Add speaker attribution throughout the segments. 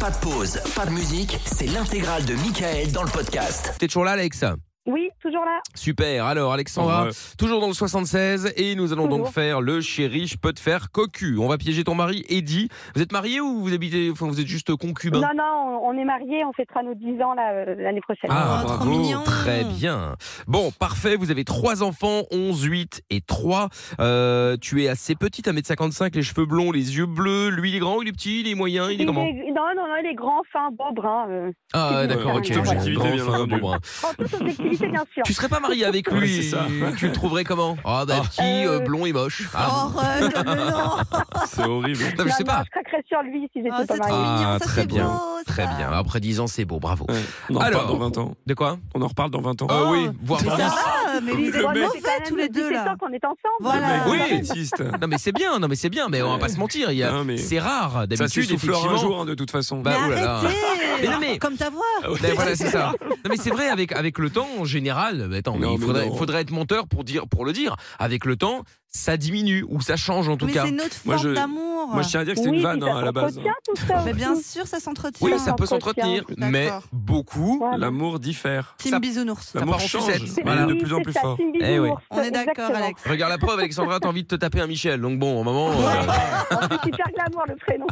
Speaker 1: Pas de pause, pas de musique, c'est l'intégrale de Michael dans le podcast.
Speaker 2: T'es toujours là, Alex
Speaker 3: Oui, toujours là.
Speaker 2: Super. Alors, Alexandra,
Speaker 4: Ouais.
Speaker 2: toujours dans le 76, et nous allons donc
Speaker 3: Toujours.
Speaker 2: faire le chéri, je peux te faire cocu. On va piéger ton mari, Eddy. Vous êtes marié ou vous habitez, enfin, vous êtes juste hein concubin
Speaker 3: Non, non, on on est mariés, on fêtera nos 10 ans là, euh, l'année prochaine.
Speaker 2: Ah,
Speaker 5: Oh, trop
Speaker 2: bravo,
Speaker 5: mignon.
Speaker 2: très bien. Bon, parfait, vous avez trois enfants, 11, 8 et 3. Euh, tu es assez petite, 1m55, les cheveux blonds, les yeux bleus. Lui, il est grand, il est petit, il est moyen, il est comment
Speaker 3: non, non, non, il est grand, fin, beau, brun. euh,
Speaker 2: Ah,
Speaker 3: il est
Speaker 2: d'accord,
Speaker 3: moyen,
Speaker 2: ok.
Speaker 3: voilà.
Speaker 2: Grand,
Speaker 4: Objectivité, bien
Speaker 2: fin,
Speaker 4: entendu.
Speaker 2: bon bras.
Speaker 3: En toute objectivité, bien sûr.
Speaker 2: Ah. Tu serais pas marié avec
Speaker 4: Ouais,
Speaker 2: lui
Speaker 4: c'est ça.
Speaker 2: Tu le trouverais comment Ah, bah, petit, euh,
Speaker 3: Euh,
Speaker 2: blond et moche.
Speaker 5: oh.
Speaker 2: Ah, bon.
Speaker 5: Horreur, comme le nom.
Speaker 4: C'est horrible.
Speaker 2: Non, mais je
Speaker 3: Non,
Speaker 2: sais
Speaker 3: non,
Speaker 2: pas.
Speaker 3: je craquerais sur lui si j'étais pas
Speaker 5: Oh, Ah, c'est
Speaker 3: mariée.
Speaker 5: trop
Speaker 2: Ah,
Speaker 5: mignon, ça
Speaker 2: très
Speaker 5: c'est
Speaker 2: bien,
Speaker 5: beau. ça.
Speaker 2: Très bien. Après 10 ans, c'est beau, bravo.
Speaker 4: Ouais. On en
Speaker 2: Alors-
Speaker 4: reparle dans 20 ans.
Speaker 2: De quoi
Speaker 4: On en reparle dans 20 ans.
Speaker 2: Euh,
Speaker 5: Oh.
Speaker 2: Oui, voire
Speaker 5: Mais
Speaker 2: plus.
Speaker 5: ça va, mais vous
Speaker 4: Le
Speaker 5: êtes
Speaker 4: mec.
Speaker 5: mauvais tous les deux là.
Speaker 3: qu'on est ensemble.
Speaker 5: Voilà.
Speaker 4: Le mec,
Speaker 2: Oui.
Speaker 4: autiste.
Speaker 2: Non, mais c'est bien, non, mais c'est bien, mais on va pas se mentir. il y a-
Speaker 4: Non, mais-
Speaker 2: C'est rare
Speaker 4: Ça se
Speaker 2: d'habitude,
Speaker 4: soufflera un
Speaker 2: effectivement.
Speaker 4: jour, hein, de toute façon.
Speaker 2: Bah,
Speaker 5: mais
Speaker 2: oh là là.
Speaker 5: arrêtez
Speaker 2: Mais non, mais-
Speaker 5: Comme ta voix
Speaker 2: Ben voilà, c'est ça. Non, mais c'est vrai, avec, avec le temps, en général, ben attends, mais
Speaker 4: Non,
Speaker 2: il
Speaker 4: mais
Speaker 2: faudrait,
Speaker 4: non.
Speaker 2: faudrait être menteur pour, dire, pour le dire. Avec le temps, ça diminue ou ça change en tout
Speaker 5: Mais
Speaker 2: cas.
Speaker 5: c'est notre
Speaker 4: Moi, je-
Speaker 5: forme d'amour.
Speaker 4: Moi, je tiens à dire que c'était
Speaker 3: Oui,
Speaker 4: une vanne
Speaker 3: puis ça
Speaker 4: hein, à la base.
Speaker 3: s'entretient, tout ça
Speaker 5: Mais
Speaker 3: aussi.
Speaker 5: bien sûr, ça s'entretient.
Speaker 2: Oui, ça peut
Speaker 3: Entretien,
Speaker 2: s'entretenir, mais
Speaker 5: d'accord.
Speaker 2: beaucoup.
Speaker 3: Voilà.
Speaker 4: L'amour diffère.
Speaker 5: Team
Speaker 2: ça-
Speaker 5: bisounours.
Speaker 2: ça
Speaker 4: L'amour
Speaker 2: part en
Speaker 4: change.
Speaker 2: sucette. Ah
Speaker 3: C'est-
Speaker 4: mais il est
Speaker 2: Voilà.
Speaker 4: de
Speaker 3: oui,
Speaker 4: plus en
Speaker 3: c'est
Speaker 4: plus
Speaker 3: ça,
Speaker 4: fort.
Speaker 3: team
Speaker 2: Eh oui.
Speaker 3: bisounours,
Speaker 5: On est d'accord,
Speaker 3: exactement.
Speaker 5: Alex.
Speaker 2: Regarde la preuve, Alexandra, t'as envie de te taper un Michel. Donc bon, au moment. euh,
Speaker 3: C'est super glamour le prénom.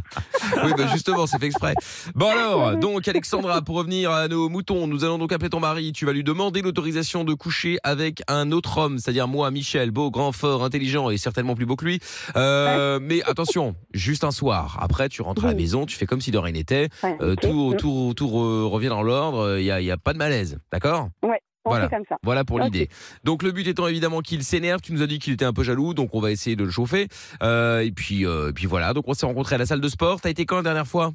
Speaker 2: Oui, bah justement, c'est fait exprès. Bon alors, donc Alexandra, pour revenir à nos moutons, nous allons donc appeler ton mari. Tu vas lui demander l'autorisation de coucher avec un autre homme, c'est-à-dire moi, Michel, beau, grand, fort, intelligent et certainement plus beau que lui. Euh, mais attention, juste un soir. Après, tu rentres à la
Speaker 3: Oui.
Speaker 2: maison, tu fais comme si de rien n'était.
Speaker 3: Ouais,
Speaker 2: Euh,
Speaker 3: ok.
Speaker 2: tout, tout, tout re- revient dans l'ordre. Il y a, y a pas de malaise, d'accord
Speaker 3: On
Speaker 2: voilà.
Speaker 3: fait comme ça.
Speaker 2: voilà pour
Speaker 3: Ok.
Speaker 2: l'idée. Donc le but étant évidemment qu'il s'énerve. Tu nous as dit qu'il était un peu jaloux, donc on va essayer de le chauffer. Euh, et puis, euh, et puis voilà. Donc on s'est rencontrés à la salle de sport. T'as été quand la dernière fois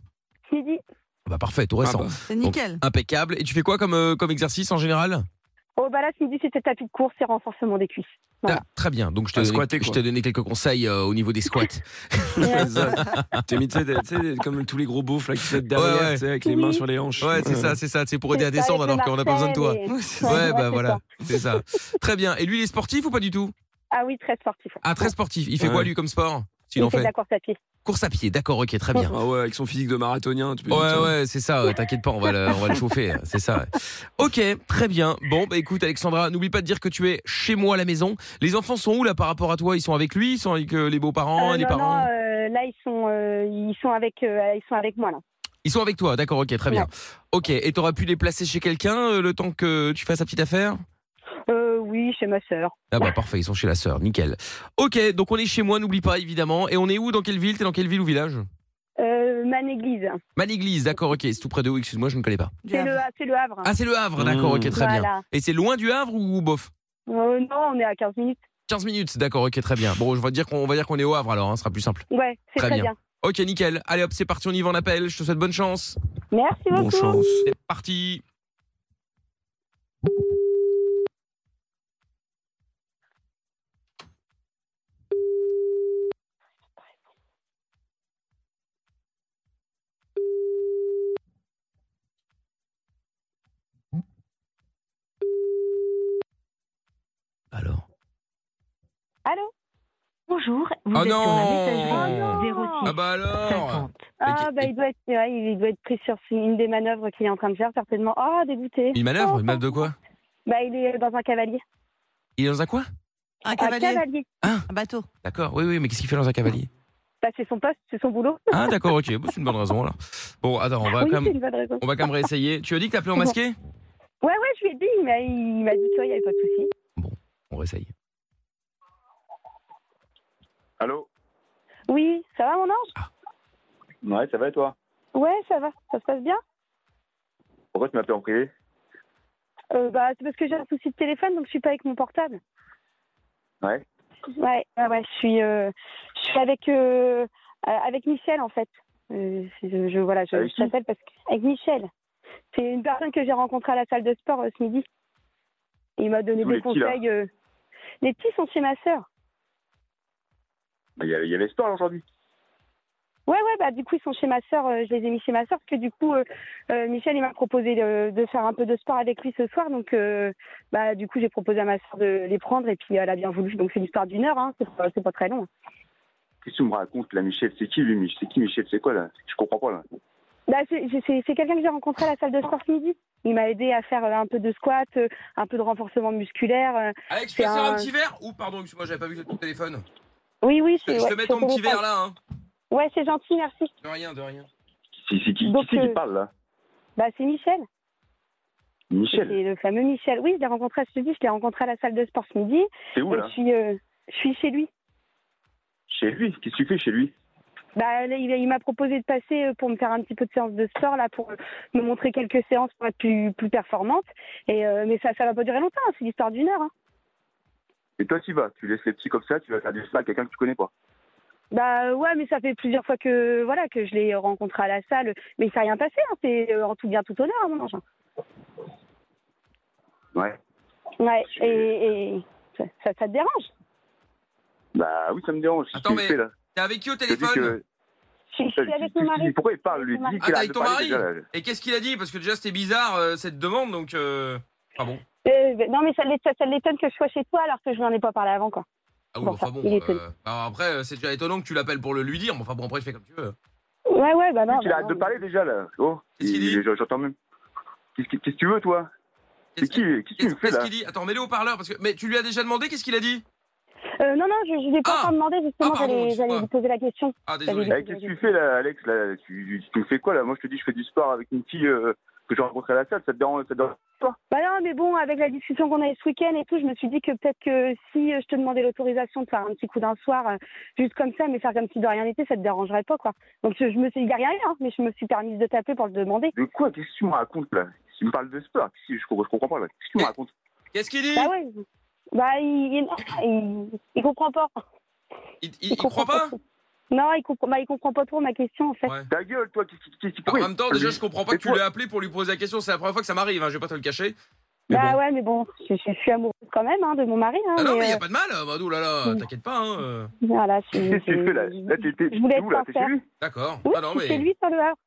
Speaker 3: J'ai dit,
Speaker 2: bah parfait, tout
Speaker 4: Ah
Speaker 2: récent.
Speaker 4: bah,
Speaker 5: C'est nickel.
Speaker 2: Impeccable. Et tu fais quoi comme, euh, comme exercice en général
Speaker 3: oh bah là, ce midi, c'était tapis de course et renforcement des cuisses. Voilà.
Speaker 2: Ah, Très bien. Donc je te
Speaker 4: À
Speaker 2: donné-
Speaker 4: squatter,
Speaker 2: je
Speaker 4: quoi.
Speaker 2: t'ai donné quelques conseils euh, au niveau des squats.
Speaker 4: T'es mis, tu sais, des- tu sais, comme tous les gros beaufs là qui se mettent
Speaker 2: Ouais, ouais.
Speaker 4: derrière, tu sais, avec les mains
Speaker 3: Oui.
Speaker 4: sur les hanches.
Speaker 2: Ouais, c'est ça, c'est ça. C'est pour aider à
Speaker 3: C'est ça,
Speaker 2: descendre
Speaker 3: avec
Speaker 2: alors
Speaker 3: le
Speaker 2: qu'on n'a pas besoin de toi.
Speaker 3: Marcel et-
Speaker 2: Ouais,
Speaker 3: Ouais,
Speaker 2: bah
Speaker 3: c'est
Speaker 2: voilà,
Speaker 3: ça.
Speaker 2: c'est ça. Très bien. Et lui, il est sportif ou pas du tout
Speaker 3: Ah oui, très sportif.
Speaker 2: Ah, très sportif. Il fait
Speaker 4: Ouais.
Speaker 2: quoi lui comme sport S'il
Speaker 3: Il
Speaker 2: en
Speaker 3: fait de
Speaker 2: fait
Speaker 3: la course à pied.
Speaker 2: Course à pied, d'accord, ok, très bien.
Speaker 4: Ah ouais, avec son physique de marathonien. Tu peux dire,
Speaker 2: Ouais,
Speaker 4: tiens,
Speaker 2: ouais, c'est ça, euh, t'inquiète pas, on va le, on va le chauffer, euh, c'est ça. ouais. Ok, très bien. Bon, bah écoute, Alexandra, n'oublie pas de dire que tu es chez moi à la maison. Les enfants sont où là par rapport à toi Ils sont avec lui Ils sont avec euh, les beaux-parents,
Speaker 3: Euh,
Speaker 2: les
Speaker 3: non,
Speaker 2: parents
Speaker 3: non, euh, là ils sont, euh, ils sont avec, euh, ils sont avec moi là.
Speaker 2: Ils sont avec toi, d'accord, ok, très bien. Ok, et t'auras pu les placer chez quelqu'un euh, le temps que tu fasses la petite affaire
Speaker 3: Euh, oui, chez ma sœur.
Speaker 2: Ah bah parfait, ils sont chez la sœur, nickel. Ok, donc on est chez moi, n'oublie pas évidemment. Et on est où Dans quelle ville T'es dans quelle ville ou village
Speaker 3: Euh, Manéglise.
Speaker 2: Manéglise, d'accord, ok, c'est tout près de où Excuse-moi, je ne connais pas.
Speaker 3: C'est le, c'est le Havre.
Speaker 2: Ah, c'est le Havre, d'accord, ok, très bien.
Speaker 3: voilà.
Speaker 2: Et c'est loin du Havre ou bof
Speaker 3: Euh, non, on est à 15 minutes.
Speaker 2: 15 minutes, d'accord, ok, très bien. Bon, je vais dire qu'on on va dire qu'on est au Havre alors, hein, ce sera plus simple.
Speaker 3: Ouais, c'est
Speaker 2: Très
Speaker 3: très,
Speaker 2: bien.
Speaker 3: bien.
Speaker 2: Ok, nickel. Allez hop, c'est parti, on y va en appel. Je te souhaite bonne chance.
Speaker 3: Merci beaucoup.
Speaker 4: Bon chance.
Speaker 2: C'est parti. Alors.
Speaker 3: Allô
Speaker 6: Bonjour, vous
Speaker 2: Ah
Speaker 6: êtes sur la
Speaker 2: non
Speaker 6: messagerie
Speaker 3: Ah
Speaker 6: 06
Speaker 2: bah alors
Speaker 6: 50.
Speaker 3: Ah,
Speaker 2: Ok.
Speaker 3: bah, il doit, être, ouais, il doit être pris sur une des manœuvres qu'il est en train de faire, certainement. Ah, dégoûté.
Speaker 2: Une manœuvre Une manœuvre de quoi
Speaker 3: Bah, il est dans un cavalier.
Speaker 2: Il est dans un quoi
Speaker 5: Un
Speaker 3: Un
Speaker 5: cavalier,
Speaker 3: cavalier.
Speaker 5: un bateau.
Speaker 2: D'accord, oui, oui, mais qu'est-ce qu'il fait dans un cavalier
Speaker 3: Bah, c'est son poste, c'est son boulot.
Speaker 2: Ah d'accord, ok, Bon, c'est une bonne raison alors. Bon, attends, on va
Speaker 3: oui,
Speaker 2: quand
Speaker 3: c'est
Speaker 2: même,
Speaker 3: une bonne raison.
Speaker 2: on va quand même réessayer. Tu as dit que t'appelais en masqué
Speaker 3: Ouais, ouais, je lui ai dit, il m'a, il m'a dit, toi, il n'y avait pas de souci.
Speaker 2: On réessaye.
Speaker 7: Allô
Speaker 3: Oui, ça va, mon ange
Speaker 7: Ouais, ça va et toi
Speaker 3: Ouais, ça va. Ça se passe bien
Speaker 7: Pourquoi tu m'appelles en privé
Speaker 3: Euh, bah, c'est parce que j'ai un souci de téléphone, donc je suis pas avec mon portable.
Speaker 7: Ouais.
Speaker 3: Ouais, ouais, ouais, je suis, euh, je suis avec, euh, euh, avec Michel, en fait. Euh, je, je- voilà, je,
Speaker 7: Avec
Speaker 3: je
Speaker 7: qui
Speaker 3: t'appelle parce que. Avec Michel. C'est une personne que j'ai rencontrée à la salle de sport euh, ce midi. Il m'a donné
Speaker 7: Tous
Speaker 3: des
Speaker 7: les petits, là.
Speaker 3: conseils. euh. Les petits sont chez ma sœur.
Speaker 7: Bah, Il y, avait- il y avait sport là, aujourd'hui.
Speaker 3: Ouais, ouais, bah, du coup, ils sont chez ma sœur. euh, je les ai mis chez ma sœur parce que, du coup, euh, euh, Michel, il m'a proposé de, de faire un peu de sport avec lui ce soir. Donc, euh, bah, du coup, j'ai proposé à ma sœur de les prendre et puis elle a bien voulu. Donc, c'est l'histoire d'une heure, hein. C'est pas, c'est pas très long.
Speaker 7: Qu'est-ce que tu me racontes là, Michel C'est qui lui Mich- C'est qui Michel C'est quoi là Je comprends pas là.
Speaker 3: Bah, c'est j'ai- c'est- c'est quelqu'un que j'ai rencontré à la salle de sport ce midi. Il m'a aidé à faire euh, un peu de squat, euh, un peu de renforcement musculaire. euh.
Speaker 2: Alex, je peux
Speaker 3: C'est
Speaker 2: te faire un
Speaker 3: un-
Speaker 2: petit verre Ou pardon, excuse-moi, j'avais pas vu ton téléphone.
Speaker 3: Oui, oui.
Speaker 2: Je te,
Speaker 3: c'est-
Speaker 2: je te
Speaker 3: ouais,
Speaker 2: mets
Speaker 3: c'est
Speaker 2: ton petit
Speaker 3: pour-
Speaker 2: verre là. Hein.
Speaker 3: Ouais, c'est gentil, merci.
Speaker 2: De rien, de rien.
Speaker 7: C'est c'est qui,
Speaker 3: Donc,
Speaker 7: qui, c'est qui
Speaker 3: euh,
Speaker 7: parle là
Speaker 3: Bah, c'est Michel.
Speaker 7: Michel.
Speaker 3: C'est le fameux Michel. Oui, je l'ai rencontré ce midi. Je l'ai rencontré à la salle de sport ce midi.
Speaker 7: C'est où
Speaker 3: Et
Speaker 7: là
Speaker 3: puis, euh, je suis chez lui.
Speaker 7: Chez lui Qu'est-ce que tu fais chez lui
Speaker 3: Bah, là, il, il m'a proposé de passer euh, pour me faire un petit peu de séance de sport, là, pour euh, me montrer quelques séances pour être plus, plus performante. Et, euh, mais ça ça va pas durer longtemps, hein, c'est l'histoire d'une heure. hein.
Speaker 7: Et toi, tu y vas Tu laisses les petits comme ça, tu vas faire du spa à quelqu'un que tu connais pas.
Speaker 3: Bah euh, ouais, mais ça fait plusieurs fois que voilà que je l'ai rencontré à la salle, mais il s'est rien passé. hein, c'est euh, en tout bien tout honneur, hein, mon ange.
Speaker 7: Ouais.
Speaker 3: Ouais.
Speaker 7: Je-
Speaker 3: Et, et ça, ça, ça te dérange
Speaker 7: Bah oui, ça me dérange.
Speaker 2: Attends,
Speaker 7: Qu'est-ce que
Speaker 2: mais
Speaker 7: tu fais, là
Speaker 2: T'es avec qui au
Speaker 7: Je te dis
Speaker 2: téléphone
Speaker 7: que-
Speaker 3: Je suis- je
Speaker 7: je
Speaker 3: suis avec
Speaker 7: dis-
Speaker 3: mon
Speaker 7: je dis,
Speaker 3: mari.
Speaker 7: Pourquoi il parle lui
Speaker 3: Avec mon
Speaker 7: Dis
Speaker 3: mari.
Speaker 7: qu'il
Speaker 2: Ah,
Speaker 7: arrête
Speaker 2: t'es avec
Speaker 7: de
Speaker 2: ton
Speaker 7: parler,
Speaker 2: mari
Speaker 7: déjà, là.
Speaker 2: Et qu'est-ce qu'il a dit Parce que déjà c'était bizarre euh, cette demande, donc. Euh... Ah bon
Speaker 3: Euh, bah, non, mais ça, l'é- ça, ça l'étonne que je sois chez toi alors que je lui en ai pas parlé avant, quoi.
Speaker 2: Ah oui,
Speaker 3: Bon,
Speaker 2: enfin
Speaker 3: ça,
Speaker 2: bon.
Speaker 3: il est
Speaker 2: euh, alors après, euh, c'est déjà étonnant que tu l'appelles pour le lui dire, mais enfin bon, après, je fais comme tu veux.
Speaker 3: Ouais, ouais, bah non.
Speaker 7: Dis qu'il
Speaker 3: bah
Speaker 7: arrête
Speaker 3: non,
Speaker 7: de parler déjà là. Oh,
Speaker 2: Qu'est-ce qu'il
Speaker 7: il-
Speaker 2: dit
Speaker 7: je- J'entends même. Qu'est-ce que qu'est-ce que tu veux toi C'est
Speaker 2: Qu'est-ce
Speaker 7: qui Qu'est-ce que tu
Speaker 2: qu'est-ce-
Speaker 7: me fais
Speaker 2: qu'est-ce
Speaker 7: là
Speaker 2: qu'il dit Attends, mets-le au parleur, parce que. Mais tu lui as déjà demandé, qu'est-ce qu'il a dit
Speaker 3: mais- Euh, non, non, je, je vais pas
Speaker 2: Ah
Speaker 3: encore demander justement.
Speaker 2: Ah, pardon,
Speaker 3: j'allais-
Speaker 2: excuse-moi.
Speaker 3: J'allais vous poser la question.
Speaker 2: Ah, désolé.
Speaker 3: Salut.
Speaker 7: Eh, Qu'est-ce que tu fais là, Alex là tu, tu me fais quoi là Moi je te dis, je fais du sport avec une fille euh, que j'ai rencontrée à la salle. Ça te dérange ça te dérange
Speaker 3: Bah non, mais bon, avec la discussion qu'on a eu ce week-end et tout, je me suis dit que peut-être que si euh, je te demandais l'autorisation de faire un petit coup d'un soir, euh, juste comme ça, mais faire comme si de rien n'était, ça te dérangerait pas, quoi. Donc je, je me suis, il y a rien eu, hein, mais je me suis permise de taper pour le demander.
Speaker 7: De quoi Qu'est-ce que tu me racontes là Tu me parles de sport Qu'est-ce que- je, comprends- je comprends pas là. Qu'est-ce que tu me
Speaker 2: Eh.
Speaker 7: racontes
Speaker 2: Qu'est-ce qu'il dit
Speaker 3: Bah ouais. Bah il, il, il, il comprend pas.
Speaker 2: Il, il- il croit pas
Speaker 3: trop. Non, il comprend, bah, il comprend pas trop ma question en fait.
Speaker 2: Ouais.
Speaker 7: Ta gueule toi Qu'est-ce que qu'est-ce
Speaker 2: Ah,
Speaker 7: que
Speaker 2: En
Speaker 7: pourquoi
Speaker 2: même temps,
Speaker 7: il-
Speaker 2: déjà, je comprends pas
Speaker 7: Mais
Speaker 2: que tu
Speaker 7: toi-
Speaker 2: l'aies appelé pour lui poser la question. C'est la première fois que ça m'arrive, hein, je vais pas te le cacher. Mais
Speaker 3: bah
Speaker 2: bon.
Speaker 3: ouais, mais bon, je, je suis amoureuse quand même hein, de mon mari. Hein,
Speaker 2: Ah non, mais y a
Speaker 3: euh,
Speaker 2: pas de mal. Bah, ouh là là,
Speaker 3: Mm.
Speaker 2: t'inquiète pas. Hein. euh,
Speaker 3: voilà, je,
Speaker 7: Qu'est-ce que tu
Speaker 3: je-
Speaker 7: fais là Là t'es t'es-
Speaker 3: je voulais
Speaker 7: t'es où là
Speaker 3: être
Speaker 7: T'es chez
Speaker 3: sincère.
Speaker 7: lui
Speaker 2: D'accord.
Speaker 3: Oui,
Speaker 2: Ah non,
Speaker 3: c'est chez
Speaker 2: mais.
Speaker 3: lui sur le Havre.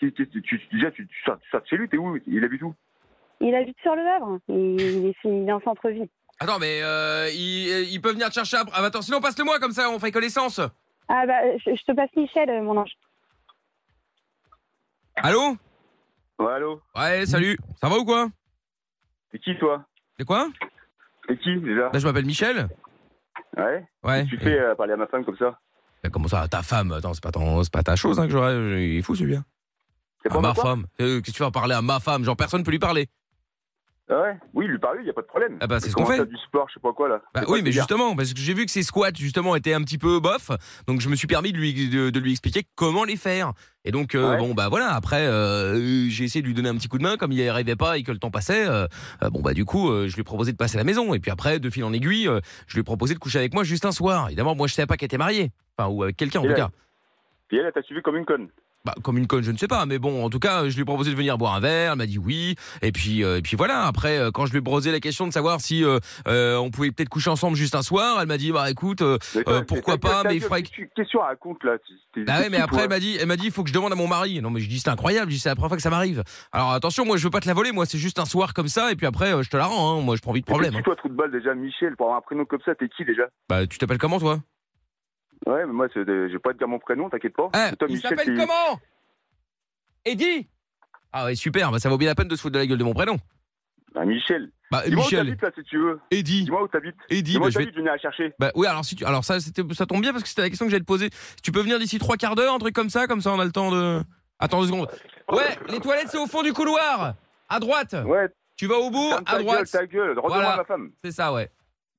Speaker 7: Qu'est-ce que tu- tu- Déjà tu tu sors tu sors de chez lui, t'es où Il habite où
Speaker 3: Il habite sur le Havre. Il, il est, il est en centre-ville.
Speaker 2: Attends, mais euh, il, il peut venir te chercher après. Ah, bah, attends, sinon, passe-le moi, comme ça, on fait connaissance.
Speaker 3: Ah bah, je, je te passe Michel, euh, mon ange.
Speaker 2: Allô
Speaker 7: Ouais allô
Speaker 2: Ouais, salut. Ça va ou quoi
Speaker 7: C'est qui toi
Speaker 2: C'est quoi
Speaker 7: C'est qui déjà
Speaker 2: Là, je m'appelle Michel.
Speaker 7: Ouais
Speaker 2: Ouais.
Speaker 7: Tu fais euh, parler à ma femme comme ça
Speaker 2: Et- Comment ça, ta femme Attends, c'est pas, ton- c'est pas ta chose hein, que j'aurais. Il est fou, celui-là.
Speaker 7: C'est
Speaker 2: À
Speaker 7: pas
Speaker 2: ma
Speaker 7: quoi
Speaker 2: femme. Euh, Qu'est-ce que tu vas parler à ma femme Genre, personne peut lui parler.
Speaker 7: Ah ouais Oui, lui parler, il n'y a pas de problème.
Speaker 2: Ah bah, c'est ce
Speaker 7: Comment
Speaker 2: qu'on fait.
Speaker 7: ça, du sport, je sais pas quoi là.
Speaker 2: Bah
Speaker 7: C'est quoi
Speaker 2: oui,
Speaker 7: ce
Speaker 2: mais
Speaker 7: délire
Speaker 2: justement, parce que j'ai vu que ses squats, justement, étaient un petit peu bof. Donc, je me suis permis de lui, de, de lui expliquer comment les faire. Et donc, euh,
Speaker 7: Ouais.
Speaker 2: bon, bah voilà, après, euh, j'ai essayé de lui donner un petit coup de main. Comme il n'y arrivait pas et que le temps passait, euh, euh, bon, bah du coup, euh, je lui ai proposé de passer à la maison. Et puis après, de fil en aiguille, euh, je lui ai proposé de coucher avec moi juste un soir. Évidemment, moi, je savais pas qu'elle était mariée. Enfin, ou avec quelqu'un, en
Speaker 7: Et
Speaker 2: tout
Speaker 7: là-
Speaker 2: cas.
Speaker 7: Puis elle, elle t'a suivi comme une conne.
Speaker 2: Bah, comme une conne, je ne sais pas, mais bon, en tout cas, je lui ai proposé de venir boire un verre, elle m'a dit oui, et puis, euh, et puis voilà. Après, euh, quand je lui ai posé la question de savoir si euh, euh, on pouvait peut-être coucher ensemble juste un soir, elle m'a dit bah écoute, euh,
Speaker 7: Mais toi,
Speaker 2: Euh, pourquoi
Speaker 7: ta gueule,
Speaker 2: pas,
Speaker 7: ta
Speaker 2: mais il
Speaker 7: gueule,
Speaker 2: faudrait
Speaker 7: Qu'est-ce que tu- qu'est-ce que tu racontes là Tu- t'es-
Speaker 2: bah
Speaker 7: t'es
Speaker 2: ouais, mais
Speaker 7: qui,
Speaker 2: après
Speaker 7: toi
Speaker 2: elle m'a dit, elle m'a dit, il faut que je demande à mon mari. Non, mais je dis c'est incroyable, je dis c'est la première fois que ça m'arrive. Alors attention, moi je veux pas te la voler, moi c'est juste un soir comme ça, et puis après euh, je te la rends. Hein. Moi je prends vite
Speaker 7: Mais
Speaker 2: problème.
Speaker 7: t'es
Speaker 2: hein.
Speaker 7: qui, toi, trou de balle déjà, Michel, pour avoir un prénom comme ça, t'es qui déjà
Speaker 2: Bah tu t'appelles comment toi
Speaker 7: Ouais, mais moi, c'est des- je vais pas te dire mon prénom, t'inquiète pas.
Speaker 2: Eh,
Speaker 7: C'est toi,
Speaker 2: Il
Speaker 7: Michel,
Speaker 2: s'appelle
Speaker 7: t'es-
Speaker 2: comment Eddie. Ah ouais super, bah ça vaut bien la peine de se foutre de la gueule de mon prénom.
Speaker 7: Bah, Michel.
Speaker 2: Bah
Speaker 7: Dis-moi où
Speaker 2: Michel,
Speaker 7: t'habites là, si tu veux.
Speaker 2: Eddie,
Speaker 7: Dis-moi où t'habites.
Speaker 2: Eddie, bah,
Speaker 7: Dis-moi où
Speaker 2: je vais.
Speaker 7: t'habites, je viens à chercher.
Speaker 2: Bah oui, alors si tu, alors ça, c'était, ça tombe bien parce que c'était la question que j'allais te poser. Si tu peux venir d'ici trois quarts d'heure, un truc comme ça, comme ça on a le temps de. Attends deux secondes. Ouais, les toilettes c'est au fond du couloir, à droite.
Speaker 7: Ouais,
Speaker 2: Tu vas au bout,
Speaker 7: ferme
Speaker 2: à
Speaker 7: ta gueule,
Speaker 2: droite.
Speaker 7: ta gueule. Redonne-moi
Speaker 2: Voilà.
Speaker 7: ma femme.
Speaker 2: C'est ça, ouais.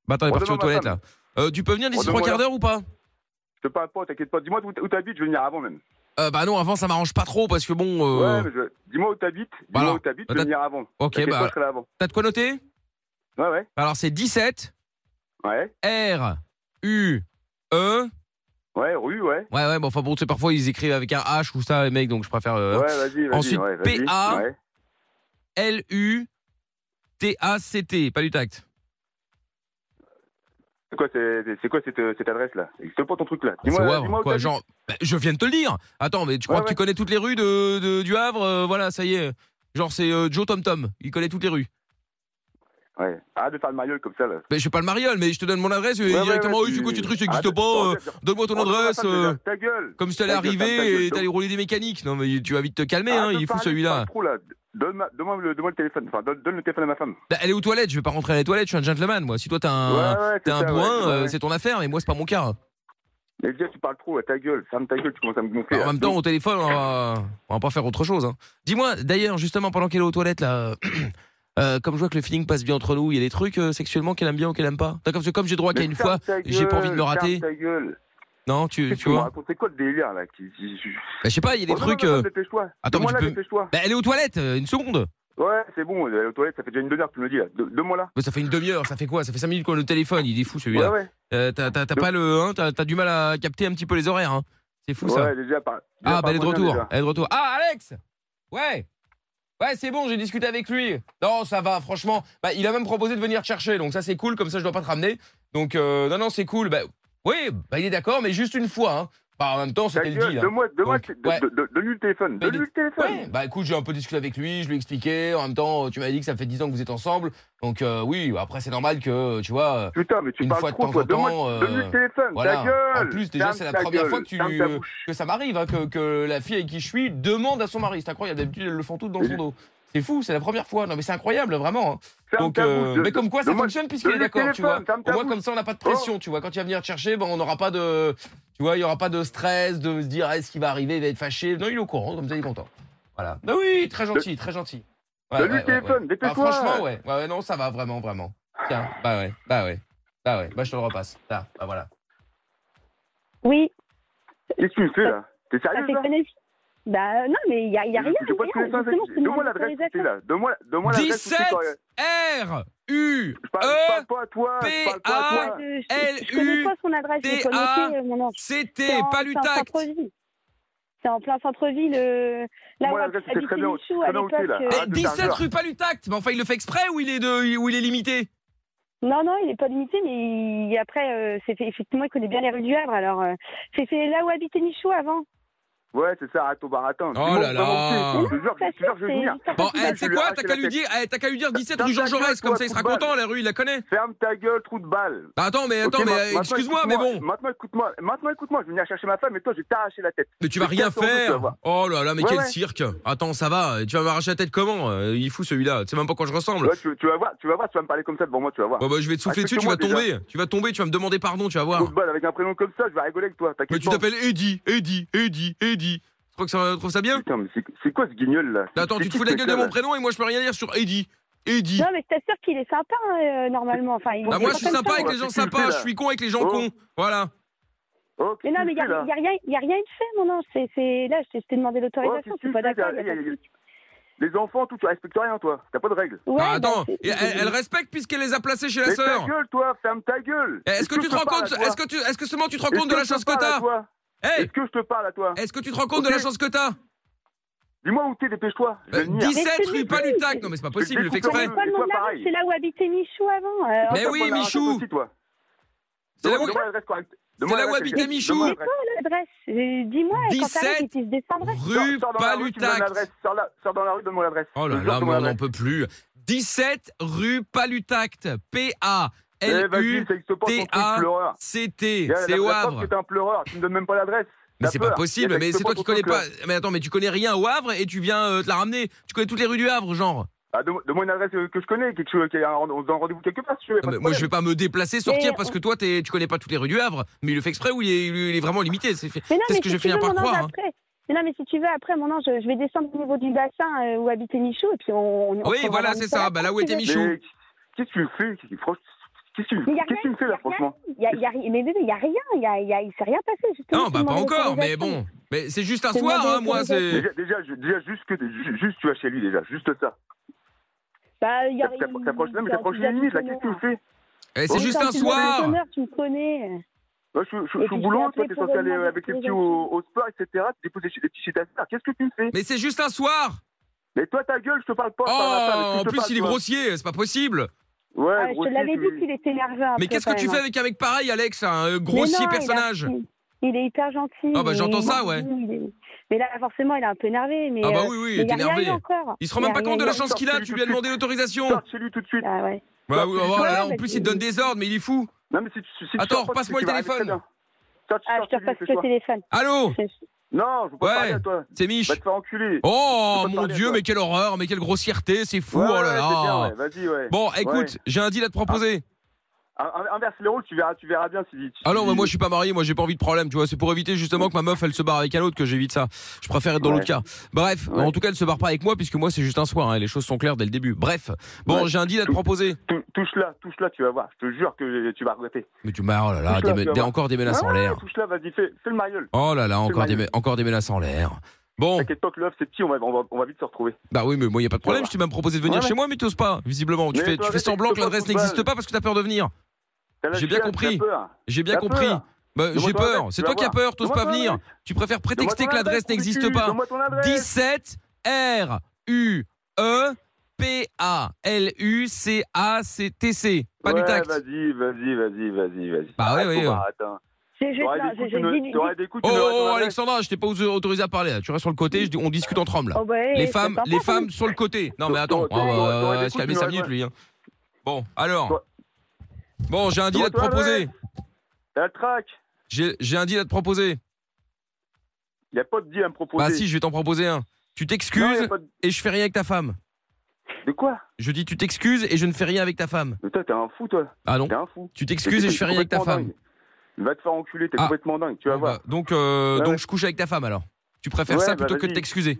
Speaker 2: Bah attends, il est parti aux
Speaker 7: Redonne-moi ma
Speaker 2: toilettes là.
Speaker 7: femme.
Speaker 2: Euh, tu peux venir d'ici trois
Speaker 7: Redonne-moi
Speaker 2: quarts
Speaker 7: la-
Speaker 2: d'heure ou pas
Speaker 7: Je te parle pas, t'inquiète pas. Dis-moi où où t'habites, je vais venir avant même.
Speaker 2: euh, Bah non, avant ça m'arrange pas trop parce que bon. euh,
Speaker 7: Ouais, mais je- dis-moi où t'habites.
Speaker 2: voilà.
Speaker 7: Dis-moi où t'habites, je
Speaker 2: Bah,
Speaker 7: vais venir avant.
Speaker 2: ok,
Speaker 7: T'inquiète pas,
Speaker 2: bah
Speaker 7: je serai là avant.
Speaker 2: t'as de quoi noter
Speaker 7: Ouais, ouais,
Speaker 2: Alors c'est 17
Speaker 7: ouais.
Speaker 2: R U E.
Speaker 7: Ouais, rue, ouais.
Speaker 2: Ouais, ouais, bon, enfin bon, tu sais, parfois ils écrivent avec un H ou ça, les mecs, donc je préfère euh,
Speaker 7: ouais, vas-y, vas-y.
Speaker 2: ensuite,
Speaker 7: ouais, vas-y.
Speaker 2: PA.
Speaker 7: Ouais.
Speaker 2: L U T A C T, pas du tact.
Speaker 7: C'est quoi, c'est, c'est quoi cette, cette adresse là C'est pas ton truc là.
Speaker 2: Ah, C'est au
Speaker 7: Dis-moi,
Speaker 2: Havre,
Speaker 7: dis-moi où
Speaker 2: quoi,
Speaker 7: t'habites.
Speaker 2: genre. bah, je viens de te le dire. Attends, mais tu crois
Speaker 7: Ouais,
Speaker 2: que tu
Speaker 7: ouais.
Speaker 2: connais toutes les rues de, de- du Havre euh, Voilà, ça y est. Genre c'est euh, Joe Tom Tom, il connaît toutes les rues.
Speaker 7: Ouais. Arrête de faire le mariole comme ça, là.
Speaker 2: Mais je suis pas le mariole, mais je te donne mon adresse et
Speaker 7: Ouais, ouais,
Speaker 2: directement,
Speaker 7: ouais,
Speaker 2: oui, c'est
Speaker 7: tu-
Speaker 2: quoi tu truc, ça
Speaker 7: Arrête
Speaker 2: existe
Speaker 7: de-
Speaker 2: pas. euh, Donne-moi ton
Speaker 7: Oh, ta
Speaker 2: adresse.
Speaker 7: femme,
Speaker 2: euh,
Speaker 7: déjà, Ta gueule
Speaker 2: Comme si t'allais
Speaker 7: Ta gueule, ferme ta
Speaker 2: arriver et
Speaker 7: gueule,
Speaker 2: t'allais rouler des mécaniques. Non, mais tu vas vite te calmer,
Speaker 7: Arrête
Speaker 2: hein,
Speaker 7: de
Speaker 2: il est fou
Speaker 7: parler, parle
Speaker 2: celui-là.
Speaker 7: trop, là. Donne-moi donne-moi le, donne-moi le téléphone. Enfin, donne, donne le téléphone à ma femme.
Speaker 2: Bah, elle est aux toilettes, je vais pas rentrer à les toilettes, je suis un gentleman, moi. Si toi t'as un, t'as
Speaker 7: ouais, c'est
Speaker 2: Ah, un
Speaker 7: ça,
Speaker 2: point,
Speaker 7: ouais,
Speaker 2: euh,
Speaker 7: ouais.
Speaker 2: c'est ton affaire, mais moi c'est pas mon cas.
Speaker 7: Mais déjà, tu parles trop, là, ta gueule. Ferme ta gueule, tu commences à me
Speaker 2: Bah,
Speaker 7: gonfler.
Speaker 2: en
Speaker 7: là.
Speaker 2: même temps, au téléphone, on va, on va pas faire autre chose. hein. Dis-moi, d'ailleurs, justement, pendant qu'elle est aux toilettes, là, euh, comme je vois que le feeling passe bien entre nous, il y a des trucs euh, sexuellement qu'elle aime bien ou qu'elle aime pas. D'accord, parce que comme j'ai droit
Speaker 7: Mais
Speaker 2: qu'à une
Speaker 7: ferme
Speaker 2: fois,
Speaker 7: ta
Speaker 2: j'ai pas envie de me
Speaker 7: gueule,
Speaker 2: rater.
Speaker 7: ferme ta gueule.
Speaker 2: non, tu,
Speaker 7: Qu'est-ce
Speaker 2: tu
Speaker 7: que vous me
Speaker 2: vois.
Speaker 7: racontez quoi le délire, là qui- qui- qui-
Speaker 2: Bah, je sais pas, il y a des
Speaker 7: Oh, non,
Speaker 2: trucs.
Speaker 7: non, non,
Speaker 2: euh,
Speaker 7: dépêche-toi.
Speaker 2: attends, mais
Speaker 7: Donne-moi
Speaker 2: tu
Speaker 7: là,
Speaker 2: peux-
Speaker 7: dépêche-toi.
Speaker 2: Bah, elle est aux toilettes, euh, une seconde.
Speaker 7: Ouais, c'est bon, elle est aux toilettes, ça fait déjà une demi-heure que tu me le dis, là. De- Donne-moi là.
Speaker 2: Bah, ça fait une demi-heure, ça fait quoi Ça fait 5 minutes qu'on a le téléphone, il est fou
Speaker 7: Ouais,
Speaker 2: celui-là.
Speaker 7: ouais.
Speaker 2: Euh, t'as, t'as- t'as
Speaker 7: Donc-
Speaker 2: pas le, hein, t'as, t'as du mal à capter un petit peu les horaires. hein. C'est fou ça.
Speaker 7: Ouais, déjà, par... déjà,
Speaker 2: Ah, bah elle est de
Speaker 7: parle-moi bien,
Speaker 2: retour.
Speaker 7: hein, déjà.
Speaker 2: Elle est de retour. Ah, Alex Ouais Ouais, c'est bon, j'ai discuté avec lui. Non, ça va, franchement. Bah, il a même proposé de venir te chercher, donc ça c'est cool, comme ça je dois pas te ramener. Donc, euh, non, non, c'est cool. Bah, oui, bah, il est d'accord, mais juste une fois. Hein. Bah, en même temps,
Speaker 7: Ta
Speaker 2: c'était le
Speaker 7: gueule,
Speaker 2: deal. hein.
Speaker 7: donne-moi, donne-moi,
Speaker 2: Donc,
Speaker 7: le- de-
Speaker 2: ouais.
Speaker 7: de- de- donne-lui le téléphone,
Speaker 2: Mais
Speaker 7: donne-lui le téléphone.
Speaker 2: Ouais, bah écoute, j'ai un peu discuté avec lui, je lui ai expliqué. En même temps, tu m'as dit que ça fait 10 ans que vous êtes ensemble. Donc, euh, oui, bah, après, c'est normal que, tu vois. euh,
Speaker 7: Putain, mais tu
Speaker 2: Une
Speaker 7: parles
Speaker 2: fois de
Speaker 7: trop,
Speaker 2: temps
Speaker 7: toi.
Speaker 2: en
Speaker 7: Donne-moi,
Speaker 2: temps, euh,
Speaker 7: donne-lui le téléphone,
Speaker 2: voilà.
Speaker 7: ta gueule.
Speaker 2: En plus, déjà,
Speaker 7: Ferme
Speaker 2: c'est la
Speaker 7: ta
Speaker 2: première
Speaker 7: gueule,
Speaker 2: fois que tu-
Speaker 7: ferme ta bouche.
Speaker 2: que ça m'arrive, hein, que, que la fille avec qui je suis demande à son mari. C'est incroyable, d'habitude, elles le font toutes dans son dos. C'est fou, c'est la première fois. Non, mais c'est incroyable, vraiment. hein.
Speaker 7: Ferme
Speaker 2: Donc,
Speaker 7: ta
Speaker 2: euh,
Speaker 7: bouche.
Speaker 2: mais comme quoi, ça
Speaker 7: donne-moi-
Speaker 2: fonctionne puisqu'il est
Speaker 7: donne-lui le
Speaker 2: d'accord, tu vois.
Speaker 7: téléphone, ferme
Speaker 2: Au
Speaker 7: ta
Speaker 2: moins,
Speaker 7: bouche. Oh.
Speaker 2: comme ça, on n'a pas de pression, tu vois. Quand il va venir te chercher, ben, on n'aura pas de. Tu vois, il n'y aura pas de stress de se dire, Ah, est-ce qu'il va arriver, il va être fâché. Non, il est au courant, comme ça, il est content. Voilà. Ben oui, très gentil, très gentil. Ouais,
Speaker 7: Donne-lui
Speaker 2: ouais,
Speaker 7: le
Speaker 2: ouais, ouais.
Speaker 7: téléphone,
Speaker 2: Ah,
Speaker 7: dépêche-toi.
Speaker 2: franchement, ouais. ouais. ouais, non, ça va vraiment, vraiment. Tiens, bah ouais, bah ouais. Bah ouais, bah je te le repasse. Là, bah voilà.
Speaker 3: Oui,
Speaker 7: Qu'est-ce que tu me fais, là T'es
Speaker 3: ça
Speaker 7: sérieux,
Speaker 3: fait
Speaker 7: là
Speaker 3: connaître. Bah non, mais il n'y a, il y a rien.
Speaker 7: J'ai pas de
Speaker 3: il y a rien. Justement,
Speaker 7: téléphone,
Speaker 3: je te
Speaker 7: c'est-
Speaker 3: demande
Speaker 7: Donne-moi
Speaker 3: l'autorisation.
Speaker 7: l'adresse où c'est, là. Donne-moi donne-moi l'adresse où c'est,
Speaker 2: 17.
Speaker 7: toi.
Speaker 2: R U E,
Speaker 7: Je parle je parle pas à toi, je parle pas à
Speaker 3: Ah,
Speaker 7: toi.
Speaker 3: je- je-
Speaker 2: L,
Speaker 3: Je connais pas son adresse, je l'ai
Speaker 2: U,
Speaker 3: connotée, euh, mon nom.
Speaker 2: C
Speaker 3: C'est
Speaker 2: T
Speaker 3: en- C'est en
Speaker 2: Palutact.
Speaker 3: centre-ville. C'est en plein centre-ville. euh, Là
Speaker 7: Moi,
Speaker 3: où
Speaker 7: l'adresse, c'est
Speaker 3: habitait
Speaker 7: très bien-
Speaker 3: Michou
Speaker 7: très
Speaker 3: à
Speaker 7: bien où c'est, là.
Speaker 3: l'époque. euh,
Speaker 2: Eh,
Speaker 7: Ah, de
Speaker 2: 17
Speaker 7: Chargeur.
Speaker 2: rue Palutact. Mais enfin, il le fait exprès ou il est de ou il est limité
Speaker 3: Non, non, il n'est pas limité, mais il- après, euh, c'est fait- effectivement, il connaît bien les rues du Havre. Alors, euh, c'est c'est là où habitait Michou avant.
Speaker 7: Ouais, c'est ça, Rato Baratin.
Speaker 2: Oh là là.
Speaker 7: Ah. Je te jure, je te jure, je vais venir.
Speaker 2: Bon,
Speaker 7: Ah,
Speaker 2: eh, tu
Speaker 7: je
Speaker 2: sais
Speaker 7: lui ai
Speaker 2: quoi T'as
Speaker 7: arraché
Speaker 2: qu'à
Speaker 7: la
Speaker 2: lui dire, eh, t'as qu'à lui dire 17
Speaker 7: Ferme
Speaker 2: rue
Speaker 7: ta
Speaker 2: Jean
Speaker 7: gueule,
Speaker 2: Jaurès,
Speaker 7: toi,
Speaker 2: comme ça il sera
Speaker 7: football.
Speaker 2: content. La rue, il la connaît.
Speaker 7: Ferme ta gueule, trou de balle.
Speaker 2: Bah, attends, mais attends,
Speaker 7: Ok, ma-
Speaker 2: mais euh,
Speaker 7: maintenant,
Speaker 2: excuse-moi, mais
Speaker 7: écoute-moi,
Speaker 2: bon,
Speaker 7: Maintenant, écoute-moi. Maintenant, écoute-moi. Je vais venir chercher ma femme et toi, je vais t'arracher la tête.
Speaker 2: mais tu vas
Speaker 7: je
Speaker 2: rien
Speaker 7: casse ton dos, tu vas
Speaker 2: faire.
Speaker 7: voir.
Speaker 2: Oh là là, mais
Speaker 7: Ouais,
Speaker 2: quel
Speaker 7: ouais.
Speaker 2: cirque. Attends, ça va. Tu vas m'arracher la tête comment Euh, Il est fou celui-là. Tu sais même pas quand je ressemble.
Speaker 7: Ouais, Ah, tu, tu vas voir, tu vas voir, tu vas me parler comme ça devant moi, tu vas voir.
Speaker 2: Bon, bah, je vais te souffler dessus. Tu vas
Speaker 7: Respecte-moi
Speaker 2: tomber. Tu vas tomber. Tu vas me demander pardon. Tu vas voir.
Speaker 7: Trou de balle avec un prénom comme ça, je vais rigoler avec toi.
Speaker 2: Mais
Speaker 7: T'inquiète
Speaker 2: tu
Speaker 7: pas.
Speaker 2: t'appelles Eddie, Eddie, Eddie, Eddie. Tu crois que ça tu trouves ça bien
Speaker 7: Putain, mais c'est- c'est quoi ce guignol là
Speaker 2: Mais Attends,
Speaker 7: C'est
Speaker 2: tu te
Speaker 7: qui
Speaker 2: fous de la
Speaker 7: ce
Speaker 2: gueule de
Speaker 7: gars,
Speaker 2: mon
Speaker 7: là
Speaker 2: prénom et moi je peux rien dire sur Eddie. Eddie.
Speaker 3: Non, mais je t'assure qu'il est sympa, hein, euh, normalement. Enfin, il
Speaker 2: Bah
Speaker 3: il
Speaker 2: moi
Speaker 3: est
Speaker 2: je suis
Speaker 3: pas comme
Speaker 2: sympa
Speaker 3: ça.
Speaker 2: avec les
Speaker 7: hein.
Speaker 2: gens
Speaker 7: Qu'est-ce que tu
Speaker 2: sympas,
Speaker 7: fais,
Speaker 2: je
Speaker 7: là
Speaker 2: suis con avec les gens
Speaker 7: Oh.
Speaker 2: cons. Voilà.
Speaker 7: Oh,
Speaker 3: Mais non, mais il n'y a, y a rien y a rien de fait, mon ange. C'est- c'est- Là, je t'ai- je t'ai demandé l'autorisation,
Speaker 7: qu'est-ce
Speaker 3: c'est
Speaker 7: que
Speaker 3: pas
Speaker 7: tu fais,
Speaker 3: d'accord.
Speaker 7: là
Speaker 3: y a pas de
Speaker 7: Y a- y a-
Speaker 3: souci.
Speaker 7: Les enfants, tout, tu respectes rien, toi. T'as pas de règles.
Speaker 3: Ouais,
Speaker 2: Bah,
Speaker 3: bah,
Speaker 2: attends,
Speaker 3: c'est-
Speaker 2: et elle, elle respecte puisqu'elle les a placés chez la
Speaker 7: Mais ta
Speaker 2: sœur.
Speaker 7: gueule, toi, ferme ta gueule.
Speaker 2: Eh, Est-ce que tu te rends compte Est-ce que tu est-ce que seulement tu te rends compte de la chance que t'as
Speaker 7: Est-ce
Speaker 2: Hey,
Speaker 7: que je te parle à toi
Speaker 2: est-ce que tu te rends compte de
Speaker 7: Ok.
Speaker 2: la chance que t'as
Speaker 7: Dis-moi où t'es, dépêche-toi. Je vais
Speaker 2: Euh,
Speaker 7: venir.
Speaker 2: 17
Speaker 3: Mais
Speaker 2: rue
Speaker 3: c'est
Speaker 2: Palutac.
Speaker 3: lui.
Speaker 2: Non mais c'est pas possible, il le fait
Speaker 3: Tu connais
Speaker 2: exprès.
Speaker 7: Mais
Speaker 3: pas le
Speaker 7: toi,
Speaker 3: nom de la rue,
Speaker 7: pareil.
Speaker 3: c'est là où habitait Michou avant. euh,
Speaker 2: Mais
Speaker 3: enfin,
Speaker 2: oui,
Speaker 7: Donne-moi la
Speaker 2: Michou.
Speaker 7: raconte aussi, toi.
Speaker 2: C'est là
Speaker 7: Donne-moi-
Speaker 2: où
Speaker 7: donne-moi l'adresse correcte.
Speaker 2: c'est
Speaker 7: Donne-moi
Speaker 2: là où
Speaker 7: l'adresse,
Speaker 2: habitait
Speaker 7: gars.
Speaker 2: Michou.
Speaker 7: Donne-moi l'adresse.
Speaker 3: l'adresse. Euh, Dis-moi, quand
Speaker 2: 17
Speaker 3: t'arrives, il se descendrait.
Speaker 2: rue
Speaker 7: Sors- sors dans la rue, tu me donnes
Speaker 2: Palutac.
Speaker 7: l'adresse. Sors là- Sors dans la rue, donne-moi l'adresse.
Speaker 2: Oh là
Speaker 7: Je
Speaker 2: là,
Speaker 7: jure,
Speaker 2: mais on
Speaker 7: donne-moi
Speaker 2: n'en
Speaker 7: l'adresse.
Speaker 2: peut plus. 17 rue Palutact. P A
Speaker 7: Eh,
Speaker 2: L U
Speaker 7: vas-y, ça existe pas ton truc,
Speaker 2: T.A.
Speaker 7: pleureur.
Speaker 2: C T.
Speaker 7: Regarde,
Speaker 2: C'est
Speaker 7: la-
Speaker 2: au
Speaker 7: la preuve
Speaker 2: Havre.
Speaker 7: que t'es un pleureur, tu me donnes même pas l'adresse.
Speaker 2: Mais
Speaker 7: T'as
Speaker 2: c'est pas
Speaker 7: peur. Il y
Speaker 2: possible,
Speaker 7: a
Speaker 2: mais
Speaker 7: juste
Speaker 2: c'est toi qui
Speaker 7: ton
Speaker 2: connais
Speaker 7: truc,
Speaker 2: pas.
Speaker 7: là.
Speaker 2: Mais attends, mais tu connais rien au Havre et tu viens euh, te la ramener. Tu connais toutes les rues du Havre, genre.
Speaker 7: Ah, donne- Donne-moi une adresse euh, que je connais, quelque chose, qu'il y a un rend- on se donne rendez-vous quelque part si tu veux. y a
Speaker 2: Non,
Speaker 7: pas
Speaker 2: mais
Speaker 7: de
Speaker 2: Ah bah, moi, je vais
Speaker 7: problème.
Speaker 2: pas me déplacer, sortir
Speaker 3: Mais
Speaker 2: parce
Speaker 3: on-
Speaker 2: que toi, t'es- tu connais pas toutes les rues du Havre. Mais il le fait exprès ou il est, il est vraiment limité. C'est fait.
Speaker 3: Mais non,
Speaker 2: C'est ce
Speaker 3: mais
Speaker 2: que
Speaker 3: si
Speaker 2: je
Speaker 3: tu
Speaker 2: finis
Speaker 3: veux,
Speaker 2: par
Speaker 3: mon ange,
Speaker 2: croire, hein.
Speaker 3: après. Mais non, mais si tu veux, après, mon ange, je vais descendre au niveau du bassin euh, où habitait Michou, et puis on. on- on
Speaker 2: Oui,
Speaker 3: prendra
Speaker 2: voilà,
Speaker 3: la
Speaker 2: c'est
Speaker 3: route
Speaker 2: ça.
Speaker 3: là-bas,
Speaker 2: Bah là où
Speaker 3: si
Speaker 2: était
Speaker 3: tu veux.
Speaker 2: Michou.
Speaker 7: Mais Qu'est-ce que tu me fais qu'est-ce que- franchement, Qu'est-ce que tu
Speaker 3: Mais y a
Speaker 7: qu'est-ce que tu me fais
Speaker 3: rien, y a
Speaker 7: là, franchement
Speaker 3: Y a- y a ri- mais bébé, il n'y a rien, il y a, y a- il s'est rien passé. Justement,
Speaker 2: Non,
Speaker 3: tu
Speaker 2: bah pas
Speaker 3: demandes
Speaker 2: encore. Mais
Speaker 3: l'autorisation.
Speaker 2: bon, mais c'est juste un
Speaker 3: C'est
Speaker 2: soir,
Speaker 3: demandé
Speaker 2: hein, moi. C'est.
Speaker 7: Déjà, déjà, je- déjà, juste que ju- juste tu vas chez lui déjà, juste ça.
Speaker 3: Bah, il y a
Speaker 7: T'appro- T'approches non, mais t'approches
Speaker 3: il y a
Speaker 7: une limite là,
Speaker 3: du
Speaker 7: qu'est-ce que tu me
Speaker 3: bonheur.
Speaker 7: fais
Speaker 2: eh, c'est
Speaker 3: Oui,
Speaker 2: juste
Speaker 3: quand
Speaker 2: un
Speaker 3: tu demandes
Speaker 2: soir.
Speaker 3: bonheur, tu me connais.
Speaker 7: Moi, je, je- je
Speaker 3: Et
Speaker 7: suis
Speaker 3: puis,
Speaker 7: au
Speaker 3: je t'ai
Speaker 7: boulot, toi
Speaker 3: appelé
Speaker 7: t'es
Speaker 3: pour
Speaker 7: censé aller
Speaker 3: demander
Speaker 7: avec les petits
Speaker 3: l'autorisation.
Speaker 7: au, au sport, etc. Tu déposes les- les petits chez ta sœur, qu'est-ce que tu me fais
Speaker 2: Mais c'est juste un soir.
Speaker 7: Mais toi ta gueule, je te parle pas. je parle à ta femme,
Speaker 2: Oh, en
Speaker 7: est-ce que je te
Speaker 2: plus,
Speaker 7: parle,
Speaker 2: il est
Speaker 7: toi
Speaker 2: grossier. C'est pas possible.
Speaker 7: Ouais,
Speaker 3: Ah, je te
Speaker 7: grossier,
Speaker 3: l'avais
Speaker 7: tu-
Speaker 3: dit qu'il était énervant.
Speaker 2: Mais qu'est-ce que tu fais avec un mec pareil, Alex Un euh,
Speaker 3: hein. Mais non,
Speaker 2: grossier
Speaker 3: il a-
Speaker 2: personnage.
Speaker 3: Il est hyper gentil.
Speaker 2: Ah, bah,
Speaker 3: il est
Speaker 2: j'entends ça,
Speaker 3: gentil,
Speaker 2: ouais.
Speaker 3: il est- Mais là, forcément, il est un peu énervé. Mais,
Speaker 2: Ah bah
Speaker 3: euh,
Speaker 2: oui, oui,
Speaker 3: mais
Speaker 2: il
Speaker 3: y a
Speaker 2: est
Speaker 3: rien
Speaker 2: énervé.
Speaker 3: eu encore.
Speaker 2: Il se rend
Speaker 3: Y a
Speaker 2: même pas
Speaker 3: rien
Speaker 2: compte de
Speaker 3: eu
Speaker 2: la
Speaker 3: encore.
Speaker 2: chance qu'il a, tu lui as demandé l'autorisation.
Speaker 7: Sors chez lui tout de suite.
Speaker 3: Ah ouais.
Speaker 2: Bah oui, oh, oh là là, en
Speaker 3: mais
Speaker 2: plus
Speaker 3: tu-
Speaker 2: il donne des ordres, mais il est fou.
Speaker 7: Non, mais si tu, si tu
Speaker 2: Attends,
Speaker 7: sors pas,
Speaker 2: repasse-moi
Speaker 7: tu
Speaker 2: le
Speaker 7: vas arrêter
Speaker 2: téléphone.
Speaker 7: ça. Sors- tu
Speaker 3: Ah,
Speaker 7: sors
Speaker 3: je te
Speaker 7: chez lui
Speaker 3: repasse
Speaker 7: ce
Speaker 3: le
Speaker 7: soir.
Speaker 3: téléphone.
Speaker 2: Allô,
Speaker 7: Non, je veux pas
Speaker 2: Ouais.
Speaker 7: parler à toi.
Speaker 2: c'est Mich.
Speaker 7: Va te faire enculer.
Speaker 2: Oh
Speaker 7: Je peux pas
Speaker 2: mon
Speaker 7: parler à
Speaker 2: dieu,
Speaker 7: toi.
Speaker 2: mais quelle horreur, mais quelle grossièreté, c'est fou.
Speaker 7: Ouais,
Speaker 2: oh
Speaker 7: ouais,
Speaker 2: là
Speaker 7: c'est
Speaker 2: là.
Speaker 7: bien, ouais, Vas-y, ouais. Ah.
Speaker 2: Bon, écoute, j'ai un deal à te proposer.
Speaker 7: In- Inverse les rôles, tu verras, tu verras bien si.
Speaker 2: Ah non, mais moi je suis pas marié, moi j'ai pas envie de problème, tu vois. C'est pour éviter justement que ma meuf elle se barre avec un autre que j'évite ça. Je préfère être dans
Speaker 7: Ouais.
Speaker 2: l'autre cas. Bref,
Speaker 7: Ouais.
Speaker 2: en tout cas elle se barre pas avec moi puisque moi c'est juste un soir, hein, les choses sont claires dès le début. Bref, bon,
Speaker 7: Ouais.
Speaker 2: j'ai un deal à te proposer.
Speaker 7: Touche-la, touche-la, tu vas voir. Je te jure que tu vas regretter.
Speaker 2: Mais tu m'as, oh là là,
Speaker 7: Touche-la,
Speaker 2: des-
Speaker 7: tu vas
Speaker 2: des-
Speaker 7: voir.
Speaker 2: encore des menaces en
Speaker 7: Ouais,
Speaker 2: l'air.
Speaker 7: Touche-la, vas-y, fais, fais le mariole.
Speaker 2: Oh là là, encore des,
Speaker 7: Touche-la.
Speaker 2: encore des menaces en l'air. Bon,
Speaker 7: T'inquiète pas que l'œuf, c'est petit, on va, on, va, on va vite se retrouver.
Speaker 2: bah oui, mais moi y a pas de problème,
Speaker 7: Ouais.
Speaker 2: je t'ai même proposé de venir
Speaker 7: Ouais, ouais.
Speaker 2: chez moi, mais t'oses pas, visiblement. Tu
Speaker 7: Mais
Speaker 2: fais,
Speaker 7: toi,
Speaker 2: tu fais
Speaker 7: avec tes
Speaker 2: semblant que
Speaker 7: copains,
Speaker 2: l'adresse
Speaker 7: faut
Speaker 2: n'existe
Speaker 7: pas-
Speaker 2: pas parce que t'as peur de venir.
Speaker 7: T'as la
Speaker 2: J'ai bien
Speaker 7: chiasse,
Speaker 2: compris.
Speaker 7: t'as peur.
Speaker 2: J'ai bien
Speaker 7: T'as
Speaker 2: compris.
Speaker 7: peur.
Speaker 2: Bah, j'ai
Speaker 7: Donne-moi ton
Speaker 2: peur,
Speaker 7: adresse,
Speaker 2: c'est
Speaker 7: tu
Speaker 2: toi
Speaker 7: vas
Speaker 2: qui as
Speaker 7: voir.
Speaker 2: peur, t'oses pas
Speaker 7: Donne-moi ton
Speaker 2: venir.
Speaker 7: adresse.
Speaker 2: Tu préfères
Speaker 7: Donne-moi
Speaker 2: prétexter
Speaker 7: ton
Speaker 2: que l'adresse
Speaker 7: adresse,
Speaker 2: n'existe
Speaker 7: Coucou,
Speaker 2: pas.
Speaker 7: donne-moi ton adresse.
Speaker 2: 17 R U E P A L U C A C T C. Pas
Speaker 7: ouais,
Speaker 2: du tact.
Speaker 7: Vas-y, Ah, vas-y, vas-y, vas-y, vas-y.
Speaker 2: Bah ouais,
Speaker 7: Arrête,
Speaker 2: ouais,
Speaker 7: faut
Speaker 2: ouais.
Speaker 7: pas, attends.
Speaker 3: Je- je-
Speaker 7: T'aurais
Speaker 3: non,
Speaker 7: des
Speaker 3: je-
Speaker 7: coups,
Speaker 3: je
Speaker 7: tu
Speaker 3: dis-
Speaker 7: me- t'aurais
Speaker 3: dis-
Speaker 7: des coups,
Speaker 2: Oh,
Speaker 7: tu me
Speaker 2: oh,
Speaker 7: donneras
Speaker 2: oh,
Speaker 7: ton adresse.
Speaker 2: Alexandra, je t'ai pas autorisé à parler. là. Tu restes sur le côté, je dis- on discute en tremble. là.
Speaker 3: oh, bah,
Speaker 2: les
Speaker 3: c'est
Speaker 2: femmes,
Speaker 3: sympa,
Speaker 2: les
Speaker 3: ça.
Speaker 2: femmes sur le côté. Non mais attends,
Speaker 7: T'aurais- t'aurais-
Speaker 2: on
Speaker 7: t'aurais
Speaker 2: va
Speaker 7: des
Speaker 2: se calmer
Speaker 7: coups,
Speaker 2: 5
Speaker 7: tu
Speaker 2: minutes
Speaker 7: m'aurais-
Speaker 2: lui. hein. Bon, alors.
Speaker 7: Toi-
Speaker 2: Bon, j'ai un deal à te
Speaker 7: Toi, toi,
Speaker 2: proposer.
Speaker 7: ouais. T'as la traque.
Speaker 2: J'ai j'ai un deal à te proposer.
Speaker 7: Y a pas de deal à me proposer.
Speaker 2: Bah si, je vais t'en proposer un. Tu
Speaker 7: Non, y a
Speaker 2: t'excuses
Speaker 7: pas de...
Speaker 2: et je fais rien avec ta femme.
Speaker 7: de quoi
Speaker 2: Je dis tu t'excuses et je ne fais rien avec ta femme.
Speaker 7: Mais toi, t'es un fou, toi.
Speaker 2: Ah non,
Speaker 7: T'es un fou.
Speaker 2: tu t'excuses et je fais rien avec ta
Speaker 7: Complètement
Speaker 2: femme.
Speaker 7: dingue. Va te faire enculer, t'es
Speaker 2: Ah.
Speaker 7: complètement dingue, tu vas
Speaker 2: Bon,
Speaker 7: voir.
Speaker 2: bah, donc, euh,
Speaker 7: Ouais,
Speaker 2: donc
Speaker 7: ouais.
Speaker 2: je couche avec ta femme alors. Tu préfères
Speaker 7: Ouais,
Speaker 2: ça
Speaker 7: bah,
Speaker 2: plutôt que de
Speaker 7: vas-y.
Speaker 2: t'excuser.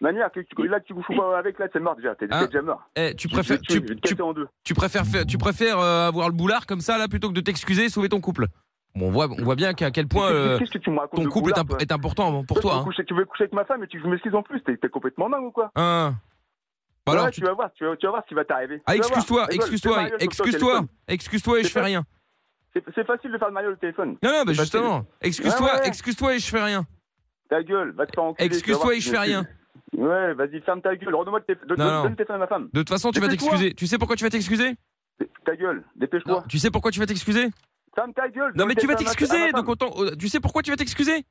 Speaker 7: Manière, que tu, là, tu couches pas avec, là, t'es mort déjà. T'es
Speaker 2: Hein
Speaker 7: t'es déjà mort.
Speaker 2: Eh, tu
Speaker 7: Je-
Speaker 2: préfères,
Speaker 7: je- je-
Speaker 2: tu,
Speaker 7: je vais te
Speaker 2: tu-
Speaker 7: casser en deux.
Speaker 2: tu préfères, faire- tu préfères euh, avoir le boulard comme ça là plutôt que de t'excuser et sauver ton couple. Bon, on voit, on voit bien qu'à quel point
Speaker 7: Qu'est-ce que-
Speaker 2: euh,
Speaker 7: qu'est-ce que tu me racontes
Speaker 2: ton
Speaker 7: de
Speaker 2: couple est,
Speaker 7: boulard,
Speaker 2: imp-
Speaker 7: toi
Speaker 2: est important pour
Speaker 7: Toi,
Speaker 2: toi.
Speaker 7: Tu veux, coucher, tu veux coucher avec ma femme et tu veux que je m'excuse en plus, t'es t'es complètement dingue ou quoi
Speaker 2: hein. Hein. Bah alors,
Speaker 7: Ouais,
Speaker 2: tu-
Speaker 7: tu... vas voir, tu vas, tu vas voir ce qui va t'arriver.
Speaker 2: ah,
Speaker 7: Tu vas voir.
Speaker 2: excuse-toi,
Speaker 7: Rigole, fais
Speaker 2: excuse-toi,
Speaker 7: mariole sur ton
Speaker 2: excuse-toi,
Speaker 7: téléphone.
Speaker 2: excuse-toi et je
Speaker 7: C'est
Speaker 2: fais
Speaker 7: pas-
Speaker 2: rien.
Speaker 7: C'est c'est facile de faire le mariole au téléphone.
Speaker 2: Non, non, bah
Speaker 7: c'est pas-
Speaker 2: justement,
Speaker 7: Ouais,
Speaker 2: excuse-toi,
Speaker 7: ouais.
Speaker 2: excuse-toi et je fais rien.
Speaker 7: Ta gueule, va te faire enculer. tu vas
Speaker 2: Excuse-toi
Speaker 7: voir
Speaker 2: et
Speaker 7: si
Speaker 2: je fais rien.
Speaker 7: m'excuses. Ouais, vas-y, ferme ta gueule, redonne-moi le téléphone,
Speaker 2: Non, non.
Speaker 7: donne le téléphone à ma femme.
Speaker 2: De toute façon, tu vas
Speaker 7: Dépêche-toi.
Speaker 2: t'excuser. Tu sais pourquoi tu vas t'excuser
Speaker 7: Ta gueule, dépêche-toi.
Speaker 2: Tu sais pourquoi tu vas t'excuser
Speaker 7: Ferme ta gueule.
Speaker 2: Non,
Speaker 7: donne
Speaker 2: mais
Speaker 7: le
Speaker 2: tu vas
Speaker 7: téléphone à ma- à ma
Speaker 2: t'excuser.
Speaker 7: femme.
Speaker 2: Donc autant, euh, tu sais pourquoi tu vas t'excuser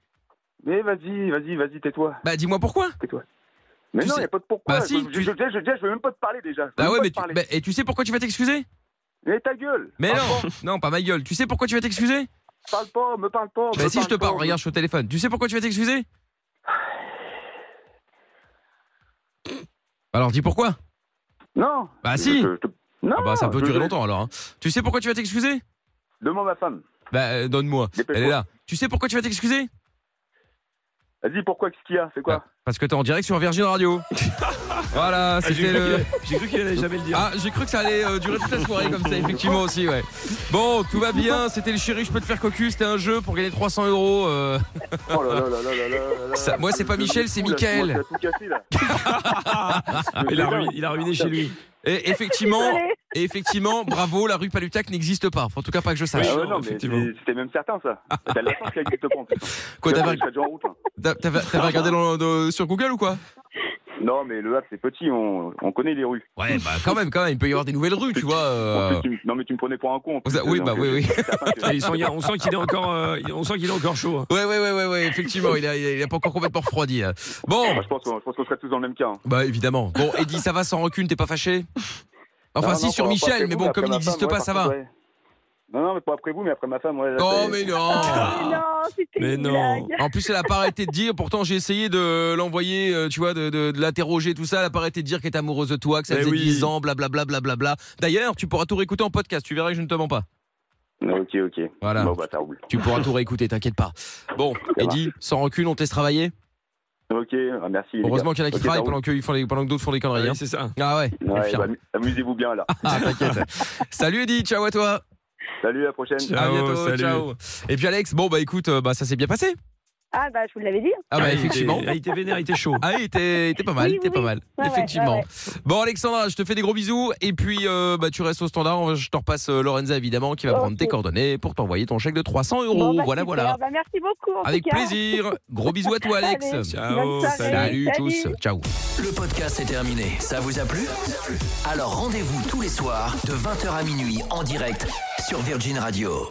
Speaker 7: Mais vas-y, vas-y, vas-y, tais-toi,
Speaker 2: Bah, dis-moi pourquoi.
Speaker 7: Mais
Speaker 2: Tu
Speaker 7: non,
Speaker 2: sais-
Speaker 7: y a pas de pourquoi.
Speaker 2: Bah si,
Speaker 7: je,
Speaker 2: tu-
Speaker 7: je, je, je- je- je veux même pas te parler déjà. Je veux
Speaker 2: Bah
Speaker 7: même
Speaker 2: ouais,
Speaker 7: pas
Speaker 2: mais
Speaker 7: te
Speaker 2: tu,
Speaker 7: parler.
Speaker 2: bah, et tu sais pourquoi tu vas t'excuser
Speaker 7: Mais ta gueule.
Speaker 2: Mais
Speaker 7: Parle
Speaker 2: non, non, pas ma gueule. Tu sais pourquoi tu vas t'excuser
Speaker 7: pas, Parle pas, me parle pas.
Speaker 2: Bah
Speaker 7: me
Speaker 2: si, je te
Speaker 7: pas.
Speaker 2: parle. Regarde, je suis au téléphone. Tu sais pourquoi tu vas t'excuser Bah Alors, dis pourquoi
Speaker 7: Non.
Speaker 2: Bah
Speaker 7: Je-
Speaker 2: si.
Speaker 7: je- je- Non.
Speaker 2: Ah bah, ça peut
Speaker 7: je-
Speaker 2: durer
Speaker 7: je-
Speaker 2: longtemps alors. hein. Tu sais pourquoi tu vas t'excuser
Speaker 7: Demande à ma femme.
Speaker 2: Bah, euh, donne-moi.
Speaker 7: Dépêche-toi.
Speaker 2: Elle est là. Tu sais pourquoi tu vas t'excuser
Speaker 7: Vas-y, pourquoi Qu'est-ce qu'il y a C'est quoi
Speaker 2: Parce que t'es en direct sur Virgin Radio. voilà,
Speaker 4: Ah, J'ai
Speaker 2: c'était
Speaker 4: cru
Speaker 2: le.
Speaker 4: qu'il- j'ai cru qu'il allait jamais le dire.
Speaker 2: Ah, j'ai cru que ça allait euh, durer toute la soirée comme ça, effectivement aussi, ouais. Bon, tout va bien, c'était le chéri, je peux te faire cocu, c'était un jeu pour gagner 300 euros. euh,
Speaker 7: Oh là là là là là là là.
Speaker 2: Ça- moi, c'est pas
Speaker 7: Je- je-
Speaker 2: Michel, c'est
Speaker 7: Ouh là,
Speaker 2: Michael.
Speaker 7: moi, tu as tout cassé, là.
Speaker 4: il, a ruiné, il a
Speaker 2: Ah,
Speaker 4: ruiné chez lui.
Speaker 2: Et effectivement, et effectivement, bravo, la rue Palutac n'existe pas. Enfin, En tout cas, pas que je
Speaker 7: Ah
Speaker 2: sache.
Speaker 7: ouais, non, mais
Speaker 4: effectivement.
Speaker 7: c'est- c'était même certain ça. T'as de la chance qu'elle existe pas en plus.
Speaker 2: Quoi,
Speaker 7: Je
Speaker 2: t'avais
Speaker 7: serais déjà en route, hein.
Speaker 2: t'avais- t'avais regardé dans- dans- sur Google ou quoi
Speaker 7: Non, mais le Havre c'est petit, on, on connaît les rues.
Speaker 2: Ouais, bah quand même, quand même, il peut y avoir des nouvelles rues, tu vois. euh.
Speaker 7: En plus, tu me- non, mais tu me prenais pour un con. en plus.
Speaker 2: Oui, bah
Speaker 7: Donc,
Speaker 2: oui,
Speaker 7: euh,
Speaker 2: oui.
Speaker 7: c'est certain que-
Speaker 4: Ah, ils sont- il y a- on sent qu'il est encore, euh, on sent qu'il est encore chaud. hein.
Speaker 2: Ouais, ouais, ouais, ouais, ouais, effectivement, il a, il a- il a pas encore complètement refroidi. hein. Bon,
Speaker 7: Moi, je pense qu'on je pense qu'on serait tous dans le même cas. hein.
Speaker 2: bah évidemment. Bon, Eddie, ça va sans rancune, t'es pas fâché Enfin,
Speaker 7: Non,
Speaker 2: si,
Speaker 7: non,
Speaker 2: sur
Speaker 7: pas- pas après
Speaker 2: Michel, mais
Speaker 7: vous,
Speaker 2: bon,
Speaker 7: après
Speaker 2: comme il
Speaker 7: ma
Speaker 2: n'existe
Speaker 7: femme,
Speaker 2: pas,
Speaker 7: ouais,
Speaker 2: ça
Speaker 7: par
Speaker 2: va.
Speaker 7: contre, ouais. Non, non, mais pas après vous, mais après ma femme. Ouais, là,
Speaker 2: Non,
Speaker 7: c'est-
Speaker 2: mais
Speaker 3: Ah, mais
Speaker 2: non
Speaker 3: non, c'était
Speaker 4: Mais
Speaker 3: une
Speaker 4: non.
Speaker 3: blague.
Speaker 2: En plus, elle a pas arrêté de dire. Pourtant, j'ai essayé de l'envoyer, euh, tu vois, de, de- de l'interroger, tout ça. Elle a pas arrêté de dire qu'elle est amoureuse de toi, que ça
Speaker 4: Mais
Speaker 2: faisait
Speaker 4: oui.
Speaker 2: 10 ans, blablabla. Bla, bla, bla. D'ailleurs, tu pourras tout réécouter en podcast. Tu verras que je ne te mens pas.
Speaker 7: Non, ok, ok.
Speaker 2: Voilà.
Speaker 7: Bon, bah, ça roule.
Speaker 2: Tu pourras tout réécouter, t'inquiète pas. Bon,
Speaker 7: Ça
Speaker 2: Eddy, sans rancune, on te laisse travailler.
Speaker 7: Ok, ah, merci. les
Speaker 2: Heureusement qu'il y en a qui
Speaker 7: Ok, ça
Speaker 2: travaillent
Speaker 7: roule.
Speaker 2: pendant que, ils font les- pendant que d'autres font des conneries.
Speaker 4: Oui,
Speaker 2: hein.
Speaker 4: c'est ça.
Speaker 2: Ah ouais,
Speaker 7: gars.
Speaker 2: le
Speaker 7: Ouais,
Speaker 2: fier.
Speaker 7: bah, amu- Amusez-vous bien là.
Speaker 2: Ah, t'inquiète. Salut Eddy, ciao à toi.
Speaker 7: Salut, à la prochaine.
Speaker 2: à
Speaker 4: Ciao,
Speaker 2: bientôt,
Speaker 4: salut.
Speaker 2: ciao. Et puis Alex, bon bah écoute, euh, bah ça s'est bien passé.
Speaker 3: Ah, bah, je vous l'avais dit.
Speaker 2: Ah bah
Speaker 4: il était-
Speaker 2: effectivement.
Speaker 4: ah, Il était vénère, il était chaud.
Speaker 2: Ah, il était, il était pas mal,
Speaker 3: Oui,
Speaker 2: il était
Speaker 3: oui,
Speaker 2: pas
Speaker 3: oui.
Speaker 2: mal,
Speaker 3: Ouais, ouais,
Speaker 2: effectivement.
Speaker 3: ouais, ouais.
Speaker 2: Bon, Alexandra, je te fais des gros bisous et puis euh, bah, tu restes au standard. Je te repasse euh, Lorenza évidemment qui va
Speaker 3: Ok.
Speaker 2: prendre tes coordonnées pour t'envoyer ton chèque de 300 euros.
Speaker 3: Bon, bah,
Speaker 2: Oh, voilà,
Speaker 3: super.
Speaker 2: voilà.
Speaker 3: Bah, merci beaucoup. en
Speaker 2: Avec
Speaker 3: tout cas.
Speaker 2: plaisir. Gros bisous à toi, Alex.
Speaker 3: Allez.
Speaker 4: Ciao.
Speaker 3: Bonne soirée.
Speaker 2: Salut, tous.
Speaker 3: Salut.
Speaker 2: Ciao.
Speaker 1: Le podcast est terminé. Ça vous a plu Alors rendez-vous tous les soirs de 20h à minuit en direct sur Virgin Radio.